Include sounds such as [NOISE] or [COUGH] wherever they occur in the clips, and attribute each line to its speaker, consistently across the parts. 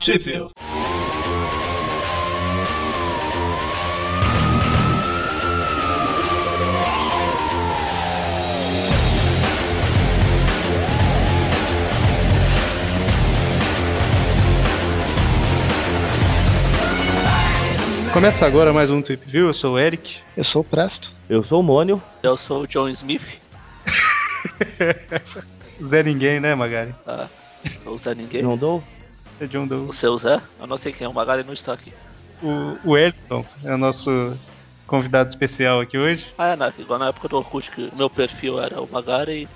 Speaker 1: Sheffield. Começa agora mais um Trip View, eu sou o Eric.
Speaker 2: Eu sou o Presto.
Speaker 3: Eu sou o Mônio.
Speaker 4: Eu sou o John Smith.
Speaker 1: Zé Ninguém, né, Magari?
Speaker 4: Ah, sou o Zé Ninguém.
Speaker 3: Não dou?
Speaker 1: É John Doe.
Speaker 4: O seu Zé? Eu não sei quem é, o Magali não está aqui.
Speaker 1: O, o Elton é o nosso convidado especial aqui hoje.
Speaker 4: Ah, é, na, igual na época do Orkut, que o meu perfil era o Magari,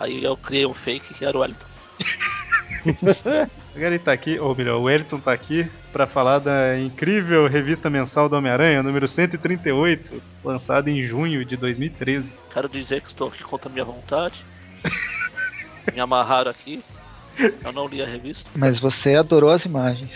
Speaker 4: aí eu criei um fake que era o Wellington.
Speaker 1: O Magari tá aqui, ou melhor, o Elton tá aqui para falar da incrível revista mensal do Homem-Aranha, número 138, lançada em junho de 2013.
Speaker 4: Quero dizer que estou aqui contra a minha vontade. Me amarraram aqui. Eu não li a revista.
Speaker 2: Mas você adorou as imagens.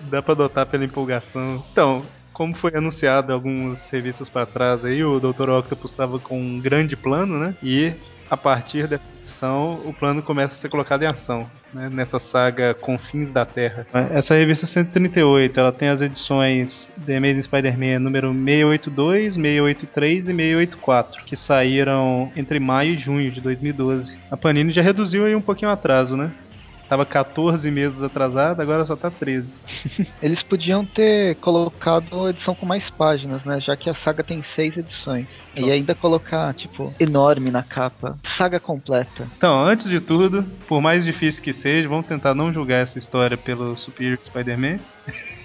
Speaker 1: Dá pra adotar pela empolgação. Então, como foi anunciado algumas revistas pra trás aí, o Dr. Octopus estava com um grande plano, né? E a partir dessa edição, o plano começa a ser colocado em ação, né? Nessa saga Confins da Terra. Essa revista é 138, ela tem as edições The Amazing Spider-Man número 682, 683 e 684, que saíram entre maio e junho de 2012. A Panini já reduziu aí um pouquinho o atraso, né? Tava 14 meses atrasado, agora só tá 13.
Speaker 2: Eles podiam ter colocado a edição com mais páginas, né? Já que a saga tem seis edições. E ainda colocar, tipo, enorme na capa. Saga completa.
Speaker 1: Então, antes de tudo, por mais difícil que seja, vamos tentar não julgar essa história pelo Superior Spider-Man. [LAUGHS]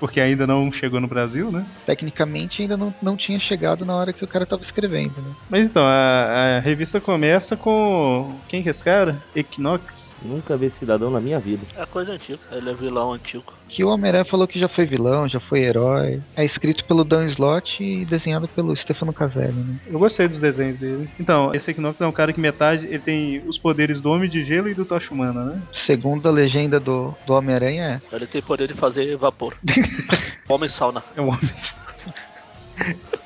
Speaker 1: Porque ainda não chegou no Brasil, né?
Speaker 2: Tecnicamente ainda não, não tinha chegado na hora que o cara tava escrevendo, né?
Speaker 1: Mas então, a, a revista começa com. Quem que é esse cara? Equinox?
Speaker 3: Nunca vi esse cidadão na minha vida.
Speaker 4: É coisa antiga, ele é vilão antigo.
Speaker 2: Que o Homem-Aranha falou que já foi vilão, já foi herói. É escrito pelo Dan Slott e desenhado pelo Stefano Caselli, né?
Speaker 1: Eu gostei dos desenhos dele. Então, esse Equinox é um cara que metade ele tem os poderes do Homem de Gelo e do Tocha Humana, né?
Speaker 2: Segundo a legenda do, do Homem-Aranha, é.
Speaker 4: Ele tem poder de fazer
Speaker 2: [LAUGHS]
Speaker 4: vapor. Homem sauna.
Speaker 1: É um homem.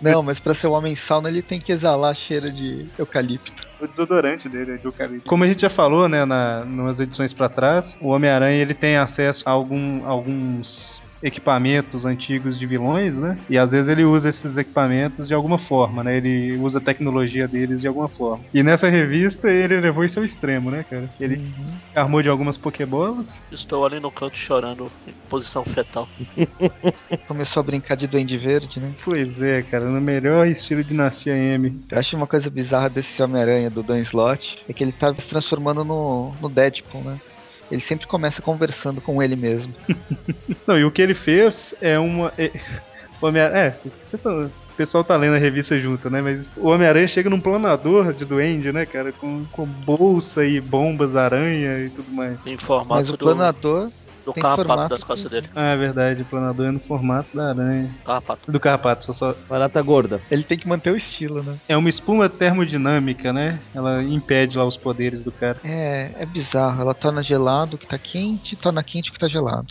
Speaker 2: Não, mas pra ser o homem sauna ele tem que exalar cheiro de eucalipto.
Speaker 1: O desodorante dele é de eucalipto. Como a gente já falou, né, na, nas edições pra trás, o Homem-Aranha ele tem acesso a algum, alguns equipamentos antigos de vilões, né? E às vezes ele usa esses equipamentos de alguma forma, né? Ele usa a tecnologia deles de alguma forma. E nessa revista ele levou isso ao extremo, né, cara? Ele armou de algumas pokebolas.
Speaker 4: Estou ali no canto chorando, em posição fetal.
Speaker 2: Começou a brincar de Duende Verde, né?
Speaker 1: Pois é, cara, no melhor estilo Dinastia M.
Speaker 2: Eu acho uma coisa bizarra desse Homem-Aranha do Dan Slott é que ele tá se transformando no, no Deadpool, né? Ele sempre começa conversando com ele mesmo.
Speaker 1: Não, e o que ele fez é uma. É, o Homem-Aranha. É, você tá- o pessoal tá lendo a revista junto, né? Mas o Homem-Aranha chega num planador de duende, né, cara? Com, com bolsa e bombas aranha e tudo mais.
Speaker 4: Em
Speaker 2: Mas
Speaker 4: formato
Speaker 2: o
Speaker 4: do,
Speaker 2: planador
Speaker 4: do
Speaker 2: tem
Speaker 4: carrapato
Speaker 2: formato
Speaker 4: das costas dele.
Speaker 1: Ah, é verdade, o planador é no formato da aranha.
Speaker 4: Carrapato.
Speaker 1: Do carrapato, só, só.
Speaker 3: Barata gorda.
Speaker 2: Ele tem que manter o estilo, né?
Speaker 1: É uma espuma termodinâmica, né? Ela impede lá os poderes do cara.
Speaker 2: É, é bizarro. Ela torna gelado o que tá quente, torna quente o que tá gelado.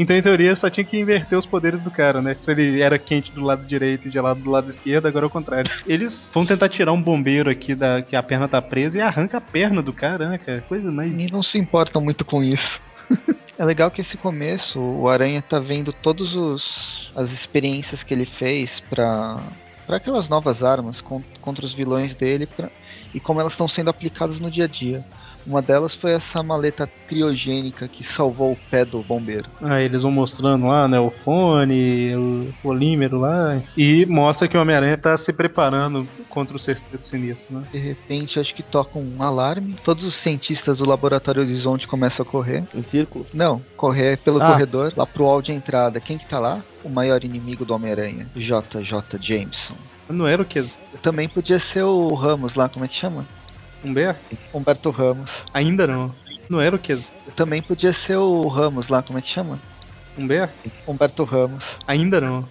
Speaker 1: Então, em teoria, só tinha que inverter os poderes do cara, né? Se ele era quente do lado direito e gelado do lado esquerdo, agora é o contrário. Eles vão tentar tirar um bombeiro aqui da que a perna tá presa e arranca a perna do cara, né, cara? Coisa mais.
Speaker 2: E não se importam muito com isso. [LAUGHS] é legal que esse começo, o Aranha tá vendo todos os as experiências que ele fez pra para aquelas novas armas con- contra os vilões dele pra- e como elas estão sendo aplicadas no dia a dia. Uma delas foi essa maleta criogênica que salvou o pé do bombeiro.
Speaker 1: Ah, eles vão mostrando lá, né, o fone, o polímero lá. E mostra que o Homem-Aranha tá se preparando contra o sexteto sinistro, né?
Speaker 2: De repente, acho que toca um alarme. Todos os cientistas do Laboratório Horizonte começam a correr.
Speaker 3: Em círculo.
Speaker 2: Não, correr pelo
Speaker 3: Ah.
Speaker 2: corredor, lá pro hall de entrada. Quem que tá lá? O maior inimigo do Homem-Aranha, JJ Jameson.
Speaker 1: Não era o que?
Speaker 2: Também podia ser o Ramos lá, como é que chama?
Speaker 1: Humberto?
Speaker 2: Humberto Ramos.
Speaker 1: Ainda não. Não era o que?
Speaker 2: Também podia ser o Ramos lá, como é que chama?
Speaker 1: Humberto?
Speaker 2: Humberto Ramos.
Speaker 1: Ainda não.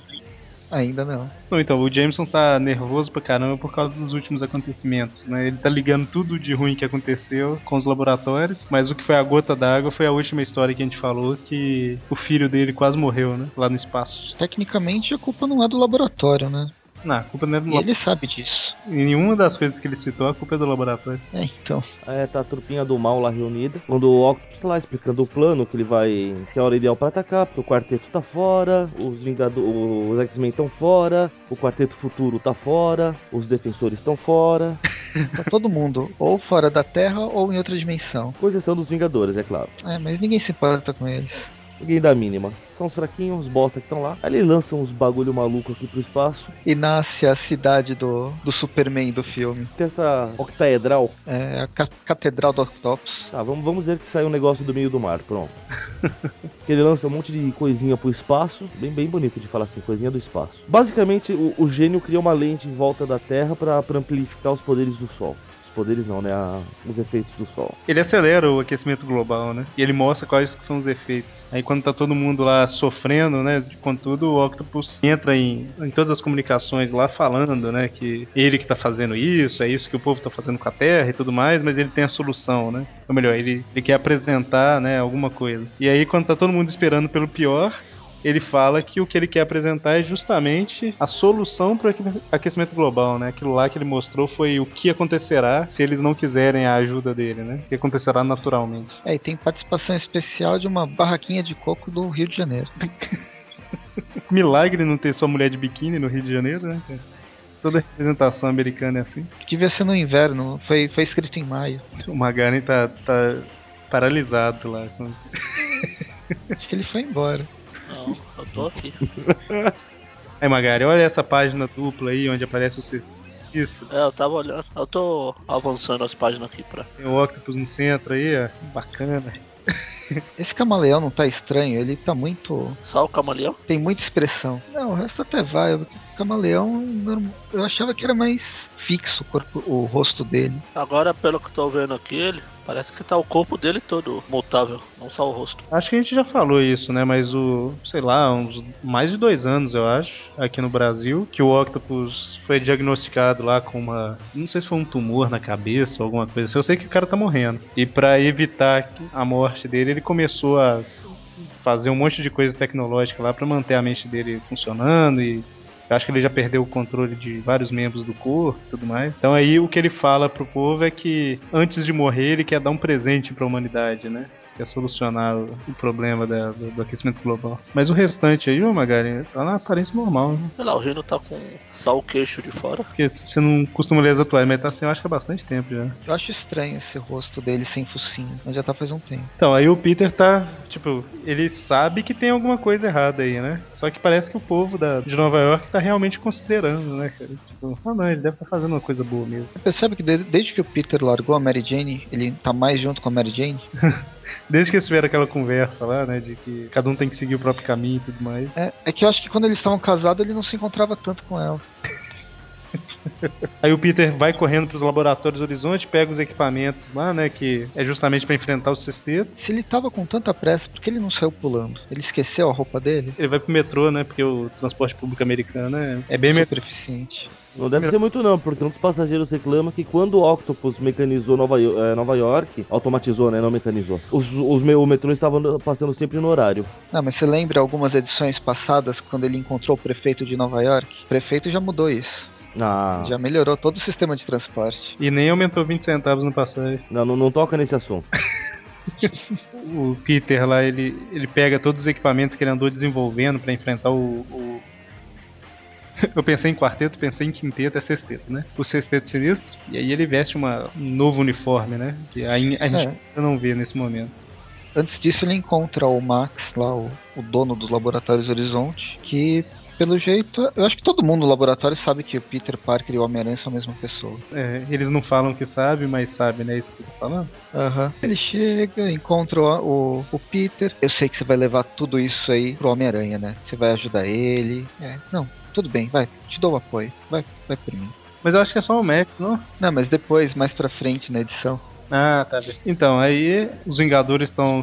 Speaker 2: Ainda não.
Speaker 1: Não, então, o Jameson tá nervoso pra caramba por causa dos últimos acontecimentos, né? Ele tá ligando tudo de ruim que aconteceu com os laboratórios, mas o que foi a gota d'água foi a última história que a gente falou, que o filho dele quase morreu, né? Lá no espaço.
Speaker 2: Tecnicamente a culpa não é do laboratório, né?
Speaker 1: Não, a culpa não é do
Speaker 2: E
Speaker 1: laboratório.
Speaker 2: ele sabe disso.
Speaker 1: Nenhuma das coisas que ele citou, a culpa é do laboratório.
Speaker 2: É, então.
Speaker 3: É, tá a trupinha do mal lá reunida. Quando o Octopus tá lá explicando o plano, que ele vai. que é a hora ideal pra atacar, porque o quarteto tá fora, os Vingadores. os X-Men estão fora, o quarteto futuro tá fora, os defensores estão fora.
Speaker 2: Tá todo mundo [LAUGHS] ou fora da Terra ou em outra dimensão.
Speaker 3: Com exceção dos Vingadores, é claro.
Speaker 2: É, mas ninguém se importa com eles.
Speaker 3: Ninguém dá a mínima. São os fraquinhos, os bosta que estão lá. Aí eles lançam uns bagulho maluco aqui pro espaço.
Speaker 2: E nasce a cidade do, do Superman do filme.
Speaker 3: Tem essa octaedral.
Speaker 2: É a ca- Catedral do Octopus.
Speaker 3: Tá, vamos, vamos dizer que saiu um negócio do meio do mar, pronto. Que ele lança um monte de coisinha pro espaço, bem, bem bonito de falar assim, coisinha do espaço. Basicamente, o, o gênio cria uma lente em volta da Terra pra pra amplificar os poderes do Sol. Os poderes não, né? a- os efeitos do Sol.
Speaker 1: Ele acelera o aquecimento global, né? E ele mostra quais que são os efeitos. Aí quando tá todo mundo lá sofrendo, né? de- Contudo, o Octopus entra em, em todas as comunicações lá falando, né? Que ele que tá fazendo isso, é isso que o povo tá fazendo com a Terra e tudo mais, mas ele tem a solução, né? Ou melhor, ele, ele quer apresentar, né? Alguma coisa. E aí quando tá todo mundo esperando pelo pior... Ele fala que o que ele quer apresentar é justamente a solução para o aquecimento global, né? Aquilo lá que ele mostrou foi o que acontecerá se eles não quiserem a ajuda dele, né? O que acontecerá naturalmente. [LAUGHS]
Speaker 2: É, e tem participação especial de uma barraquinha de coco do Rio de Janeiro.
Speaker 1: Milagre não ter só mulher de biquíni no Rio de Janeiro, né? cara? Toda representação americana é assim.
Speaker 2: Devia ser no inverno, foi, foi escrito em maio. [LAUGHS]
Speaker 1: O Magaren tá, tá paralisado lá. assim.
Speaker 2: Acho que ele foi embora.
Speaker 4: Não, eu tô aqui.
Speaker 1: Aí, Magaren, É, olha essa página dupla aí onde aparece o sexista.
Speaker 4: É, eu tava olhando. Eu tô avançando as páginas aqui pra.
Speaker 1: Tem o Octopus no centro aí, ó. Bacana.
Speaker 2: [LAUGHS] Esse camaleão não tá estranho, ele tá muito.
Speaker 4: Só o camaleão?
Speaker 2: tem muita expressão. Não, o resto até vai. O camaleão, norm- eu achava que era mais fixo o, corpo, o rosto dele.
Speaker 4: Agora, pelo que eu tô vendo aqui, ele parece que tá o corpo dele todo mutável, não só o rosto.
Speaker 1: Acho que a gente já falou isso, né? Mas o, sei lá, uns mais de dois anos, eu acho, aqui no Brasil, que o Octopus foi diagnosticado lá com uma. Não sei se foi um tumor na cabeça ou alguma coisa assim. Eu sei que o cara tá morrendo. E pra evitar que- a morte dele, ele começou a fazer um monte de coisa tecnológica lá pra manter a mente dele funcionando e. eu Acho que ele já perdeu o controle de vários membros do corpo e tudo mais. Então aí o que ele fala pro povo é que antes de morrer ele quer dar um presente pra humanidade, né? que é solucionar o, o problema da- do, do aquecimento global. Mas o restante aí, ô Magari, tá na aparência normal, né?
Speaker 4: Sei lá, o Rino tá com só o queixo de fora.
Speaker 1: Porque você não costuma ler as atuais, mas tá assim, eu acho que há bastante tempo já.
Speaker 2: Eu acho estranho esse rosto dele sem focinho, mas já tá faz um tempo.
Speaker 1: Então, aí o Peter tá, tipo, ele sabe que tem alguma coisa errada aí, né? Só que parece que o povo da, de Nova York tá realmente considerando, né, cara? Tipo, ah não, ele deve estar tá fazendo uma coisa boa mesmo.
Speaker 2: Você percebe que de- desde que o Peter largou a Mary Jane, ele tá mais junto com a Mary Jane?
Speaker 1: Desde que eles tiveram aquela conversa lá, né, de que cada um tem que seguir o próprio caminho e tudo mais.
Speaker 2: É, é que eu acho que quando eles estavam casados, ele não se encontrava tanto com ela.
Speaker 1: Aí o Peter vai correndo pros laboratórios Horizonte, pega os equipamentos lá, né, que é justamente pra enfrentar o sexteto.
Speaker 2: Se ele tava com tanta pressa, por que ele não saiu pulando? Ele esqueceu a roupa dele?
Speaker 1: Ele vai pro metrô, né? Porque o transporte público americano é, é bem melhor.
Speaker 2: Super eficiente.
Speaker 3: Não deve ser muito não, porque um dos passageiros reclama que quando o Octopus mecanizou Nova, Io- eh, Nova York, automatizou, né? Não mecanizou. Os, os, me- o metrô estava andando- passando sempre no horário.
Speaker 2: Ah, mas você lembra algumas edições passadas quando ele encontrou o prefeito de Nova York? O prefeito já mudou isso.
Speaker 3: Ah,
Speaker 2: Já melhorou todo o sistema de transporte.
Speaker 1: E nem aumentou 20 centavos na passagem.
Speaker 3: não, não, não toca nesse assunto.
Speaker 1: O Peter lá, ele, ele pega todos os equipamentos que ele andou desenvolvendo pra enfrentar o. o- [LAUGHS] Eu pensei em quarteto, pensei em quinteto, é sexteto, né? O sexteto sinistro. E aí ele veste uma, um novo uniforme, né? Que a, a gente ainda não vê nesse momento.
Speaker 2: Antes disso, ele encontra o Max, lá, o, o dono dos laboratórios Horizonte, que, pelo jeito, eu acho que todo mundo no laboratório sabe que o Peter Parker e o Homem-Aranha são a mesma pessoa.
Speaker 1: É, eles não falam que sabe, mas sabe, né? Isso que eu tô falando.
Speaker 2: Ele chega, encontra o, o, o Peter. Eu sei que você vai levar tudo isso aí pro Homem-Aranha, né? Você vai ajudar ele. É, não, tudo bem, vai, te dou o apoio. Vai, vai por mim.
Speaker 1: Mas eu acho que é só o Max, não?
Speaker 2: Não, mas depois, mais pra frente na edição.
Speaker 1: Ah, tá bem. Então, aí os Vingadores estão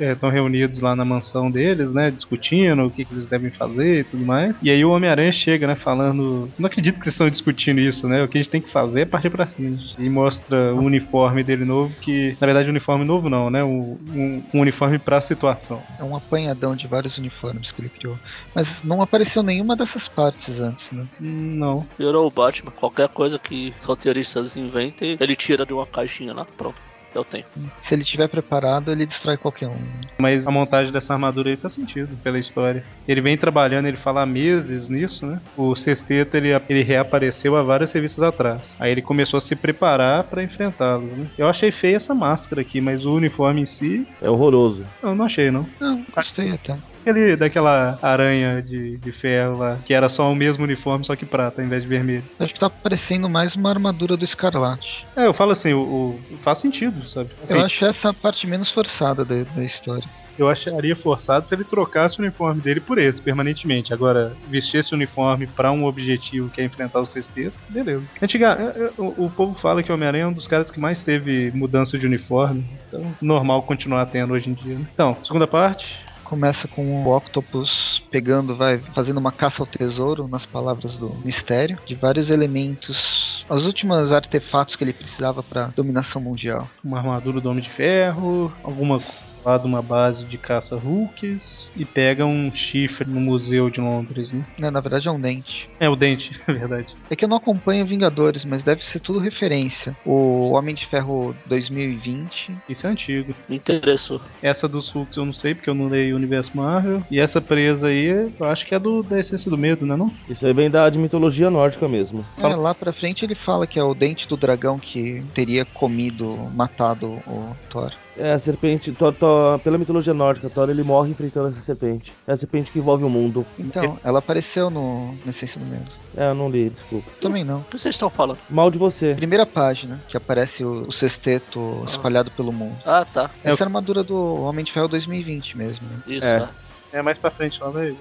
Speaker 1: estão reunidos lá na mansão deles, né? Discutindo o que, que eles devem fazer e tudo mais. E aí o Homem-Aranha chega, né? Falando. Não acredito que vocês estão discutindo isso, né? O que a gente tem que fazer é partir pra cima. E mostra o uniforme dele novo, que. Na verdade, o uniforme novo não, né? O- Um, um uniforme pra situação.
Speaker 2: É um apanhadão de vários uniformes que ele criou. Mas não apareceu nenhuma dessas partes antes, né?
Speaker 1: Hum, Não.
Speaker 4: Virou o Batman. Qualquer coisa que os roteiristas inventem, ele tira de uma caixinha lá. Pronto, eu tenho.
Speaker 2: Se ele tiver preparado, ele destrói qualquer um.
Speaker 1: Mas a montagem dessa armadura aí faz sentido pela história. Ele vem trabalhando, ele fala há meses nisso, né? O sexteto ele, ele reapareceu há vários serviços atrás. Aí ele começou a se preparar pra enfrentá-los, né? Eu achei feia essa máscara aqui, mas o uniforme em si,
Speaker 3: É horroroso.
Speaker 1: eu não achei não.
Speaker 2: Não, gostei até.
Speaker 1: Aquele daquela aranha de, de ferro lá, que era só o mesmo uniforme, só que prata, ao invés de vermelho.
Speaker 2: Acho que tá parecendo mais uma armadura do Escarlate.
Speaker 1: É, eu falo assim, o, o- faz sentido, sabe? Assim,
Speaker 2: Eu acho essa a parte menos forçada da, da história.
Speaker 1: eu acharia forçado se ele trocasse o uniforme dele por esse, permanentemente. Agora, vestir esse uniforme pra um objetivo que é enfrentar o sexteto, beleza. Antiga, é, é, o, o povo fala que o Homem-Aranha é um dos caras que mais teve mudança de uniforme. Então, normal continuar tendo hoje em dia. Né? Então, segunda parte.
Speaker 2: Começa com o Octopus pegando, vai fazendo uma caça ao tesouro, nas palavras do Mistério, de vários elementos, os últimos artefatos que ele precisava pra dominação mundial.
Speaker 1: uma armadura do Homem de Ferro, alguma lá de uma base de caça Hulks e pega um chifre no museu de Londres, né?
Speaker 2: Né, Na verdade é um dente.
Speaker 1: É o dente, [LAUGHS] na verdade.
Speaker 2: É que eu não acompanho Vingadores, mas deve ser tudo referência. O Homem de Ferro 2020.
Speaker 1: Isso é antigo.
Speaker 4: Me interessou.
Speaker 1: Essa dos Hulks eu não sei porque eu não leio o universo Marvel e essa presa aí eu acho que é do da essência do medo, né? Não?
Speaker 3: Isso aí vem da de mitologia nórdica mesmo.
Speaker 2: É, lá pra frente ele fala que é o dente do dragão que teria comido, matado o Thor.
Speaker 3: É, a serpente, Thor, Thor- pela mitologia nórdica, Thor ele morre enfrentando essa serpente. É a serpente que envolve o mundo.
Speaker 2: Então, ela apareceu no, no Essência do Medo.
Speaker 3: É, eu não li, desculpa.
Speaker 2: Também não.
Speaker 4: O que vocês estão falando?
Speaker 3: Mal de você.
Speaker 2: É Primeira página, que aparece o, o sexteto espalhado pelo mundo.
Speaker 4: Ah, tá.
Speaker 1: É,
Speaker 2: Essa é a armadura do Homem de Ferro 2020 mesmo, né?
Speaker 4: Isso.
Speaker 3: É.
Speaker 4: é.
Speaker 1: É mais pra frente lá vai,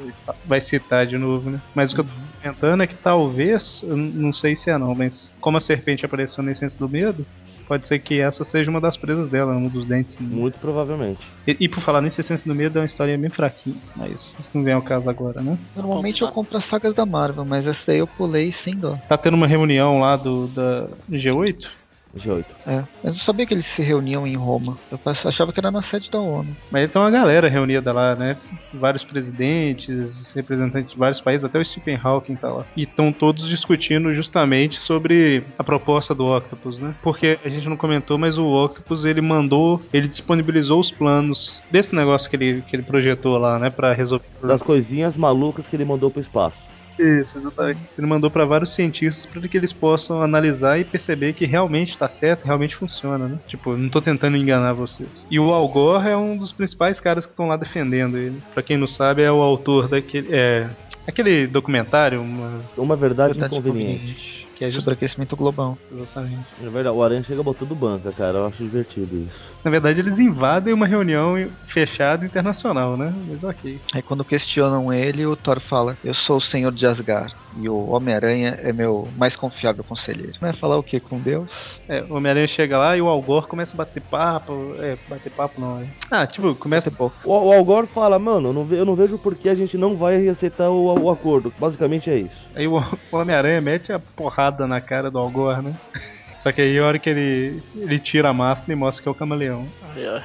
Speaker 1: vai citar de novo, né? Mas o que eu tô comentando é que talvez, eu n- não sei se é não, mas como a serpente apareceu na essência do medo, pode ser que essa seja uma das presas dela, um dos dentes. né?
Speaker 3: Muito provavelmente.
Speaker 1: E, e por falar nisso, Essência do Medo é uma história bem fraquinha, mas isso não vem ao caso agora, né?
Speaker 2: Normalmente eu compro as sagas da Marvel, mas essa daí eu pulei sem dó.
Speaker 1: Tá tendo uma reunião lá do da G8?
Speaker 3: G8.
Speaker 2: É. Eu não sabia que eles se reuniam em Roma. Eu pas- achava que era na sede da ONU.
Speaker 1: Mas aí tem uma galera reunida lá, né? Vários presidentes, representantes de vários países, até o Stephen Hawking tá lá. E estão todos discutindo justamente sobre a proposta do Octopus, né? Porque a gente não comentou, mas o Octopus ele mandou, ele disponibilizou os planos desse negócio que ele, que ele projetou lá, né? Pra resolver.
Speaker 3: Das coisinhas malucas que ele mandou pro espaço.
Speaker 1: Isso, exatamente. Ele mandou para vários cientistas para que eles possam analisar e perceber que realmente tá certo, realmente funciona, né? Tipo, eu não tô tentando enganar vocês. E o Al Gore é um dos principais caras que estão lá defendendo ele. Para quem não sabe, é o autor daquele é, aquele documentário, uma,
Speaker 3: Uma
Speaker 4: Tá
Speaker 3: verdade,
Speaker 2: Verdade
Speaker 3: inconveniente.
Speaker 1: que é
Speaker 2: Sobre
Speaker 1: justa,
Speaker 2: aquecimento global.
Speaker 1: exatamente.
Speaker 3: É verdade, o Aranha chega botando banca, cara. Eu acho divertido isso.
Speaker 1: Na verdade, eles invadem uma reunião fechada internacional, né? Mas ok.
Speaker 2: Aí quando questionam ele, o Thor fala: Eu sou o senhor de Asgard. E o Homem-Aranha é meu mais confiável conselheiro. Vai falar o que com Deus?
Speaker 1: É, o Homem-Aranha chega lá e o Al Gore começa a bater papo. É, bater papo não, é. Ah, tipo, começa.
Speaker 3: O, o Al Gore fala, mano, eu não, ve- eu não vejo por que a gente não vai aceitar o, o acordo. Basicamente é isso.
Speaker 1: Aí o o Homem-Aranha mete a porrada na cara do Algor, né? Só que aí a hora que ele, ele tira a máscara e mostra que é o camaleão.
Speaker 4: Ai, ai.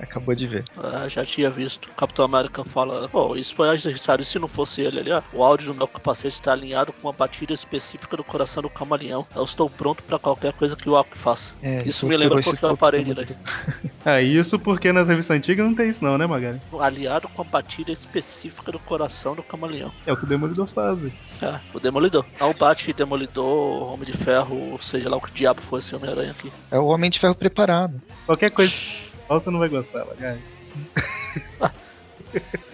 Speaker 2: Acabou de ver.
Speaker 4: Ah, já tinha visto. O Capitão América fala: Pô, isso foi necessário. Se não fosse ele ali, ó, o áudio do meu capacete está alinhado com a batida específica do coração do camaleão. Eu estou pronto para qualquer coisa que o Alck faça.
Speaker 2: É,
Speaker 4: Isso
Speaker 2: ele
Speaker 4: me lembra
Speaker 2: pegou
Speaker 4: um
Speaker 2: esse
Speaker 4: pouquinho da
Speaker 2: pouco
Speaker 4: parede,
Speaker 2: do-
Speaker 4: né?
Speaker 1: Ah, isso porque nas revistas antigas não tem isso não, né, Magali?
Speaker 4: Um Aliado com a batida específica do coração do camaleão.
Speaker 1: É o que o Demolidor faz. velho.
Speaker 4: É, o Demolidor. Não bate Demolidor, Homem de Ferro, seja lá o que diabo foi esse Homem-Aranha aqui.
Speaker 2: É o Homem de Ferro preparado.
Speaker 1: Qualquer coisa que você não vai gostar, Magali.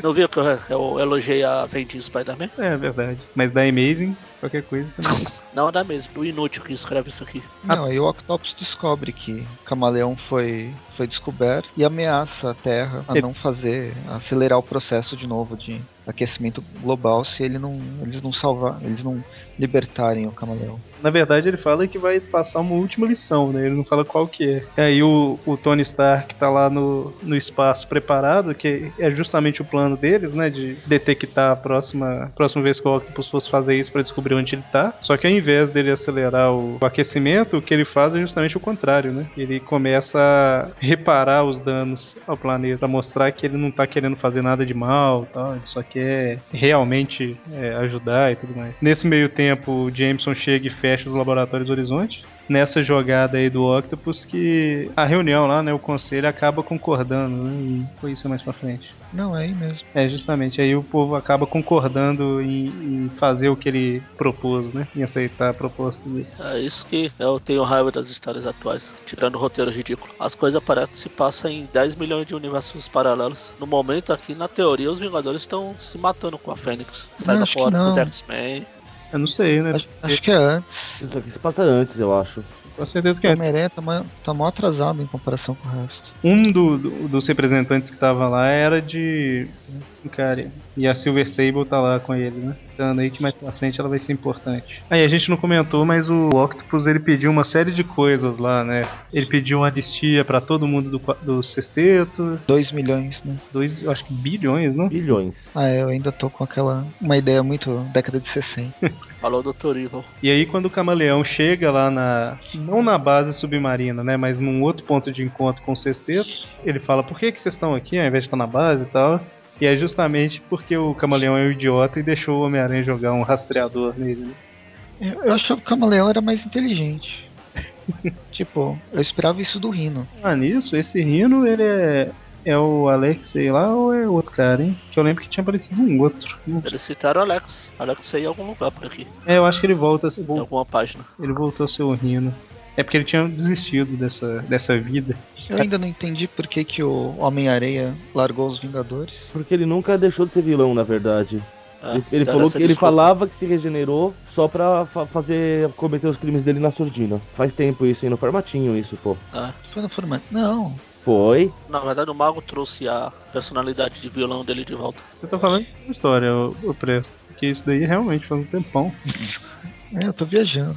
Speaker 4: Não viu que eu, eu elogiei a Vendinha Spider-Man?
Speaker 1: É verdade. Mas da Amazing, qualquer coisa você não
Speaker 4: Não, não é mesmo. Do inútil que escreve isso aqui.
Speaker 2: Não, aí o Octopus descobre que o camaleão foi, foi descoberto e ameaça a Terra a
Speaker 1: Ele-
Speaker 2: não fazer, a acelerar o processo de novo de aquecimento global se ele não, eles não salvar, eles não libertarem o camaleão.
Speaker 1: Na verdade, ele fala que vai passar uma última lição, né? Ele não fala qual que é. E aí o, o Tony Stark tá lá no, no espaço preparado, que é justamente o plano deles, né? De detectar a próxima, próxima vez que o Octopus fosse fazer isso para descobrir onde ele tá. Só que ao invés dele acelerar o, o aquecimento, o que ele faz é justamente o contrário, né? Ele começa a reparar os danos ao planeta, pra mostrar que ele não tá querendo fazer nada de mal, tal, ele só quer realmente é, ajudar e tudo mais. Nesse meio tempo, o Jameson chega e fecha os laboratórios do Horizonte. Nessa jogada aí do Octopus, que a reunião lá, né, o conselho acaba concordando, né, e foi isso mais pra frente.
Speaker 2: Não, é aí mesmo.
Speaker 1: É, justamente, aí o povo acaba concordando em, em fazer o que ele propôs, né, em aceitar a proposta dele.
Speaker 4: É isso que eu tenho raiva das histórias atuais, tirando o roteiro ridículo. As coisas parecem que se passam em 10 milhões de universos paralelos. No momento aqui, na teoria, os Vingadores estão se matando com a Fênix. Saindo
Speaker 2: acho que
Speaker 4: fora com os
Speaker 2: não.
Speaker 4: X-Men.
Speaker 1: Eu não sei, né,
Speaker 2: Acho, acho que é antes.
Speaker 3: Isso aqui se passa antes, eu acho.
Speaker 1: com certeza que é.
Speaker 2: Homem-Aranha tá, ma- tá mó atrasado em comparação com o resto.
Speaker 1: Um do- do- dos representantes que tava lá era de. um Cara, e a Silver Sable tá lá com ele, né? Então aí que mais pra frente ela vai ser importante. Aí a gente não comentou, mas o Octopus ele pediu uma série de coisas lá, né? Ele pediu uma anistia pra todo mundo do, qua- do sexteto,
Speaker 2: 2 milhões, né?
Speaker 1: dois, eu acho que bilhões, não?
Speaker 3: Bilhões.
Speaker 2: Ah, é, eu ainda tô com aquela. Uma ideia muito década de 60.
Speaker 4: Falou Dr. Evil.
Speaker 1: E aí quando o camaleão chega lá na. não na base submarina, né? Mas num outro ponto de encontro com o sexteto, ele fala, por que, que vocês estão aqui ao invés de estar na base e tal? E é justamente porque o camaleão é um idiota e deixou o Homem-Aranha jogar um rastreador nele. né?
Speaker 2: Eu, eu achava que o Camaleão era mais inteligente. [LAUGHS] tipo, eu esperava isso do Rino.
Speaker 1: Ah, nisso, esse Rino, ele é. É o Alex, sei lá, ou é outro cara, hein? Que eu lembro que tinha aparecido um outro. né?
Speaker 4: Eles citaram Alex. Alex aí em algum lugar por aqui.
Speaker 1: É, eu acho que ele volta, a ser-
Speaker 4: Em
Speaker 1: vol-
Speaker 4: alguma página.
Speaker 1: ele voltou a ser o Rino. É porque ele tinha desistido dessa, dessa vida.
Speaker 2: Eu ainda não entendi por que, que o Homem-Areia largou os Vingadores.
Speaker 3: Porque ele nunca deixou de ser vilão, na verdade.
Speaker 4: É,
Speaker 3: ele ele
Speaker 4: deram
Speaker 3: falou
Speaker 4: essa
Speaker 3: que ele
Speaker 4: desculpa.
Speaker 3: falava que se regenerou só pra fa- fazer cometer os crimes dele na surdina. Faz tempo isso aí no formatinho, isso, pô.
Speaker 4: É.
Speaker 2: Foi no formato. Não,
Speaker 3: Foi.
Speaker 4: Na verdade, o Mago trouxe a personalidade de vilão dele de volta.
Speaker 1: Você tá falando de uma história, o, o Presto. Porque isso daí realmente faz um tempão.
Speaker 2: é, eu tô viajando.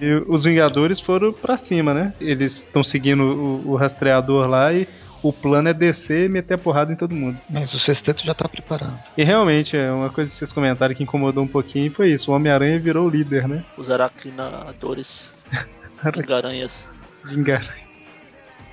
Speaker 1: E os Vingadores foram pra cima, né? Eles estão seguindo o, o rastreador lá e o plano é descer e meter a porrada em todo mundo.
Speaker 2: Mas o sexteto já tá preparado.
Speaker 1: E realmente, é uma coisa que vocês comentaram que incomodou um pouquinho foi isso. O Homem-Aranha virou o líder, né?
Speaker 3: [LAUGHS]
Speaker 4: Os Araquinadores. Garanhas.
Speaker 1: Vingar.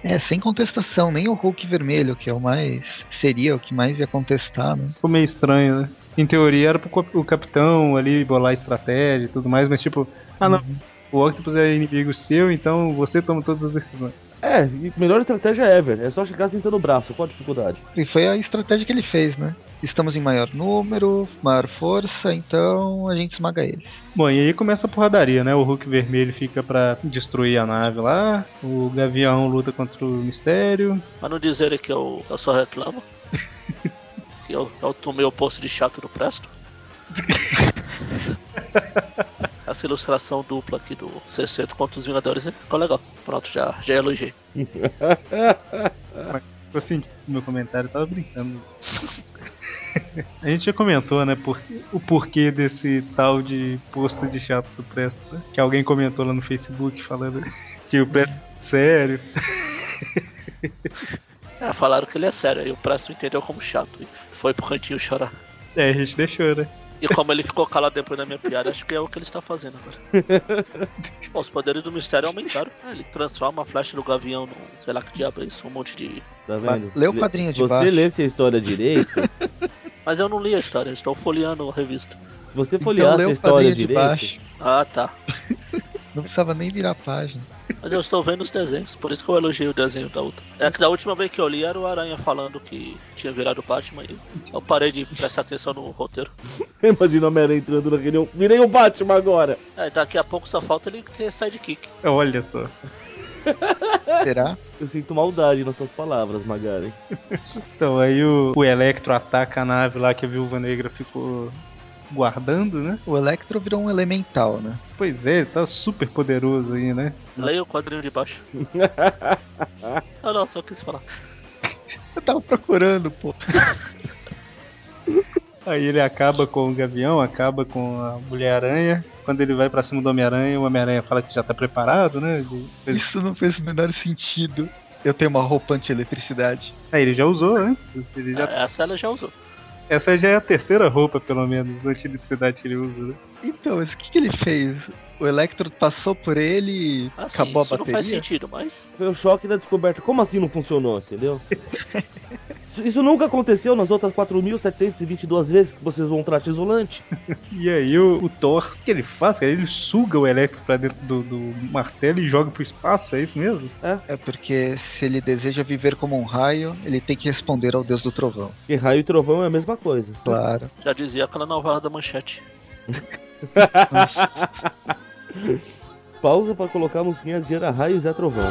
Speaker 2: É, sem contestação, nem o Hulk vermelho, que é o mais. seria o que mais ia contestar, né?
Speaker 1: Ficou meio estranho, né? Em teoria era pro cap- o capitão ali bolar estratégia e tudo mais, mas tipo, ah não, o Octopus é inimigo seu, então você toma todas as decisões.
Speaker 3: É, e melhor estratégia ever. É só chegar sentando o braço. Qual a dificuldade? [LAUGHS]
Speaker 2: E foi a estratégia que ele fez, né? Estamos em maior número, maior força, então a gente esmaga eles.
Speaker 1: Bom, e aí começa a porradaria, né? O Hulk vermelho fica pra destruir a nave lá, o Gavião luta contra o Mistério,
Speaker 4: Pra não dizerem que eu, eu só reclamo. que eu, eu tomei o posto de chato do Presto. Essa ilustração dupla aqui do 60 contra os Vingadores ficou legal. Pronto, já, já elogiei.
Speaker 1: Ficou sentindo o meu comentário, eu tava brincando. [LAUGHS] A gente já comentou, né, por, o porquê desse tal de posto de chato do Presto, né? que alguém comentou lá no Facebook falando [LAUGHS] que o Presto é sério.
Speaker 4: É, falaram que ele é sério, aí o Presto entendeu como chato e foi pro cantinho chorar.
Speaker 1: É, a gente deixou, né?
Speaker 4: E como ele ficou calado depois da minha piada, acho que é o que ele está fazendo agora. Bom, os poderes do mistério aumentaram. né? Ele transforma a flecha do gavião num, sei lá que diabo é isso, um monte de.
Speaker 3: Tá vendo?
Speaker 2: Lê o quadrinho de
Speaker 3: Se você
Speaker 2: baixo.
Speaker 3: lesse a história direito,
Speaker 4: Mas eu não li a história, eu estou folheando a revista.
Speaker 3: se você
Speaker 2: Então
Speaker 3: folheasse
Speaker 2: lê
Speaker 3: a
Speaker 2: o
Speaker 3: história
Speaker 2: quadrinho de
Speaker 3: direito.
Speaker 2: baixo.
Speaker 4: Ah, tá.
Speaker 2: Não precisava nem virar a página. [LAUGHS]
Speaker 4: Mas eu estou vendo os desenhos, por isso que eu elogiei o desenho da outra. É que da última vez que eu li era o Aranha falando que tinha virado Batman e eu parei de prestar atenção no roteiro.
Speaker 3: [LAUGHS] Imagina o Homem-Aranha entrando na reunião. Virei o Batman agora.
Speaker 4: É, daqui a pouco só falta ele ter sidekick.
Speaker 1: Olha só.
Speaker 2: Será?
Speaker 3: Eu sinto maldade nas suas palavras, Magari. [LAUGHS]
Speaker 1: Então, aí o, o Electro ataca a nave lá que a Viúva Negra ficou guardando, né?
Speaker 2: O Electro virou um elemental, né?
Speaker 1: Pois é, ele tá super poderoso aí, né?
Speaker 2: Hum.
Speaker 4: Leia o quadrinho de baixo. Ah não, só quis falar.
Speaker 2: Eu tava procurando, pô.
Speaker 1: Aí ele acaba com o Gavião, acaba com a Mulher-Aranha. Quando ele vai pra cima do Homem-Aranha, o Homem-Aranha fala que já tá preparado, né? Ele- ele-
Speaker 2: Isso não fez o menor sentido. Eu tenho uma roupa anti-eletricidade.
Speaker 1: Ah, ele já usou antes. ele já-
Speaker 4: É, Essa ela já usou.
Speaker 1: Essa já é a terceira roupa, pelo menos, da utilicidade que ele usa, né?
Speaker 2: Então, mas o que, que ele fez? O Electro passou por ele,
Speaker 4: Assim,
Speaker 2: acabou a
Speaker 4: isso não faz
Speaker 2: bateria?
Speaker 4: sentido, mas
Speaker 3: Foi o choque da descoberta. Como assim não funcionou,
Speaker 2: [LAUGHS]
Speaker 3: entendeu? Isso- Isso nunca aconteceu nas outras 4.722 vezes que vocês vão tratar isolante.
Speaker 1: E aí o, o Thor, o que ele faz, cara? Ele suga o Electro pra dentro do, do martelo e joga pro espaço, é isso mesmo?
Speaker 2: É porque se ele deseja viver como um raio, ele tem que responder ao Deus do Trovão.
Speaker 3: Porque raio e trovão é a mesma coisa.
Speaker 2: Claro.
Speaker 4: já dizia aquela novela da manchete.
Speaker 3: Pausa pra colocar a musiquinha de era raio e Zé Trovão.